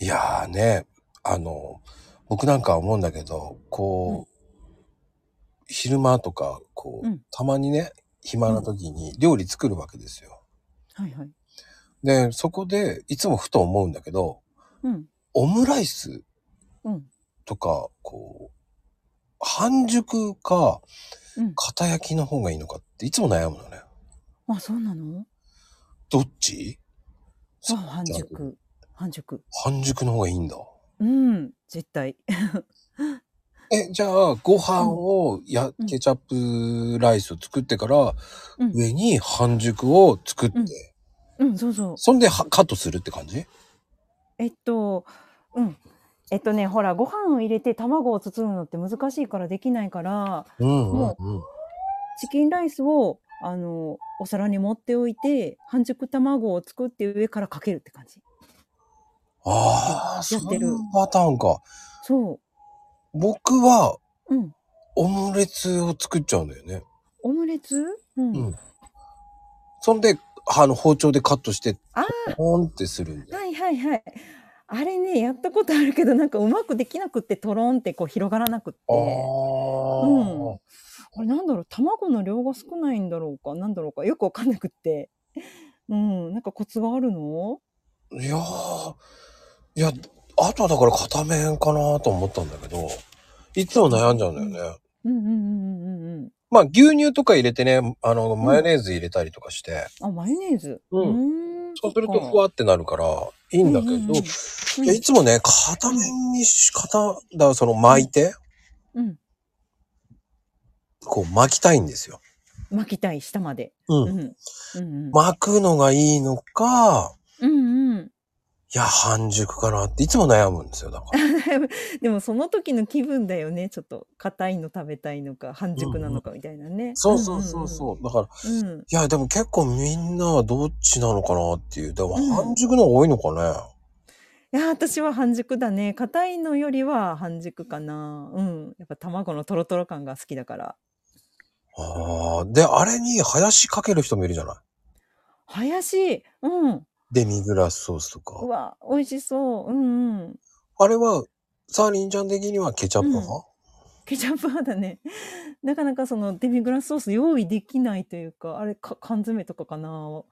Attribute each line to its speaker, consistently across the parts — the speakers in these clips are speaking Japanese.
Speaker 1: いやーね、あの、僕なんか思うんだけど、
Speaker 2: うん
Speaker 1: こう、昼間とか、こ
Speaker 2: うん
Speaker 1: う、たまにね、暇な時に料理作るわけですよ。
Speaker 2: はいはい。
Speaker 1: で、そこで、いつもふと思うんだけど、
Speaker 2: うん。
Speaker 1: オムライス
Speaker 2: うん。
Speaker 1: とか、こう、半熟か、
Speaker 2: うん。
Speaker 1: 片焼きの方がいいのかって、いつも悩むのね。
Speaker 2: あ、そうなの
Speaker 1: どっちさ
Speaker 2: あ、
Speaker 1: っき
Speaker 2: 半
Speaker 1: 言ったけど
Speaker 2: 熟。半熟。
Speaker 1: 半熟の方がいいんだ。
Speaker 2: うん。絶対。
Speaker 1: え、じゃあ、ご飯をや、
Speaker 2: うん
Speaker 1: ケチャップライスを作ってから、
Speaker 2: うん
Speaker 1: 上に半熟を作って、
Speaker 2: うんうん、そうそう。
Speaker 1: そんではカットするって感じ
Speaker 2: えっと、うん。えっとね、ほら、ご飯を入れて卵を包むのって難しいからできないから、
Speaker 1: うんうん
Speaker 2: も
Speaker 1: うん。
Speaker 2: チキンライスを、あの、お皿に盛っておいて、半熟卵を作って上からかけるって感じ。
Speaker 1: ああ、
Speaker 2: や
Speaker 1: そ
Speaker 2: ってる
Speaker 1: のパターンか。
Speaker 2: そ
Speaker 1: 僕は
Speaker 2: う。うん。
Speaker 1: オムレツを作っちゃうんだよね。
Speaker 2: オムレツうん。
Speaker 1: うんそんで、あの、包丁でカットして、
Speaker 2: あ
Speaker 1: ポンってするんだよ。
Speaker 2: はいはいはい。あれね、やったことあるけど、なんかうまくできなくって、トロンってこう広がらなくって。
Speaker 1: あ
Speaker 2: うん
Speaker 1: あ、
Speaker 2: これなんだろう卵の量が少ないんだろうかなんだろうかよくわかんなくって。うん、なんかコツがあるの
Speaker 1: いやー、いや、あとはだから片面かなと思ったんだけど、いつも悩んじゃうんだよね。
Speaker 2: うんうんうんうんうんうん。
Speaker 1: まあ牛乳とか入れてね、あの、マヨネーズ入れたりとかして、
Speaker 2: あ、マヨネーズ。
Speaker 1: うん
Speaker 2: ん。
Speaker 1: そうすると
Speaker 2: そっか
Speaker 1: ふわってなるからいいんだけど、
Speaker 2: うんうんうん
Speaker 1: いや、いつもね、片面にし、片、だからその巻いて、
Speaker 2: うん。
Speaker 1: こう巻きたいんですよ。
Speaker 2: 巻きたい、下まで。
Speaker 1: う。
Speaker 2: うんん。うんうん。
Speaker 1: 巻くのがいいのか、
Speaker 2: うんうん。
Speaker 1: いや、半熟かなっていつも悩むんですよ、だから。
Speaker 2: でもその時の気分だよね。ちょっと硬いの食べたいのか、半熟なのかみたいなね。
Speaker 1: そうそうそうそう。だから、
Speaker 2: うん。うん。
Speaker 1: いや、でも結構みんなはどっちなのかなっていう。でも
Speaker 2: うん
Speaker 1: 半熟の方が多いのかね。
Speaker 2: いや私は半熟だね硬いのよりは半熟かなうんやっぱ卵のトロトロ感が好きだから
Speaker 1: ああ、で、あれに林かける人もいるじゃない。
Speaker 2: ハヤシうん
Speaker 1: デミグラスソースと
Speaker 2: う
Speaker 1: か。
Speaker 2: わ美味しそううんうん
Speaker 1: あれは、サーリンちゃん的にはケチャップ派、
Speaker 2: ケチャップ派だね なかなかそのデミグラスソース用意できないというかあれか缶詰とかかな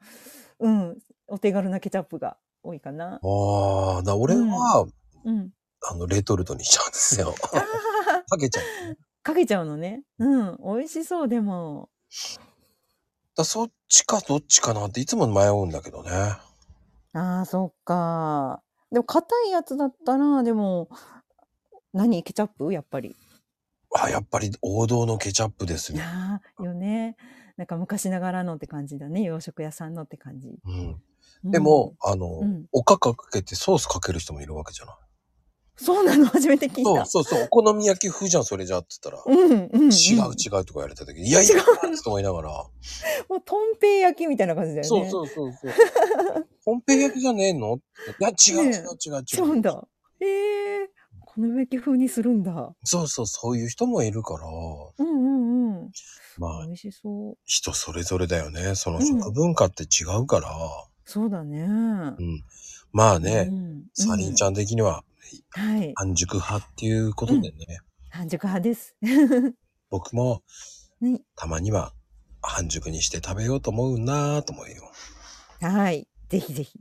Speaker 2: うんお手軽なケチャップが多いかな
Speaker 1: ああ、だ俺は、
Speaker 2: うん
Speaker 1: あの、レトルトにしちゃうんです よ。
Speaker 2: あ
Speaker 1: か
Speaker 2: ー
Speaker 1: けちゃう。
Speaker 2: かけちゃうのねうん美味しそうでも
Speaker 1: だそっちかどっちかなっていつも迷うんだけどね。
Speaker 2: ああ、そっか。でも硬いやつだったら、でも、何ケチャップやっぱり。
Speaker 1: あやっぱり王道のケチャップですね。
Speaker 2: ああ、よね。なんか昔ながらのって感じだね。洋食屋さんのって感じ。
Speaker 1: うん。
Speaker 2: うん
Speaker 1: でも、、あの、
Speaker 2: うん
Speaker 1: おかかかけてソースかける人もいるわけじゃない。
Speaker 2: そうなの 初めて聞い
Speaker 1: そう
Speaker 2: た。
Speaker 1: そうそう、お好み焼き風じゃん、それじゃって言ったら。
Speaker 2: うん、うん、うん。
Speaker 1: 違う違うとか言われた時に、いやいや、違
Speaker 2: 違う
Speaker 1: うと思いながら。
Speaker 2: もう、とんぺい焼きみたいな感じだよね。
Speaker 1: そうそうそうそう。コンペ焼きじゃねえのいや、違う違う
Speaker 2: ね
Speaker 1: 違う違う。
Speaker 2: 違うんだ。ええこの焼き風にするんだ。
Speaker 1: そうそう、そういう人もいるから、
Speaker 2: うんうんうん。
Speaker 1: まあ
Speaker 2: 美、味しそう。
Speaker 1: 人それぞれだよね。その
Speaker 2: うん
Speaker 1: 食文化って違うから、
Speaker 2: そうだね。
Speaker 1: うん。まあね、
Speaker 2: うん、
Speaker 1: サリンち
Speaker 2: ゃん。
Speaker 1: ゃん的には
Speaker 2: はい。
Speaker 1: 半熟派っていうことでね、
Speaker 2: 半熟派です。
Speaker 1: 僕も
Speaker 2: はい
Speaker 1: たまには半熟にして食べようと思うなぁと思うよ。
Speaker 2: はい。ぜひぜひ。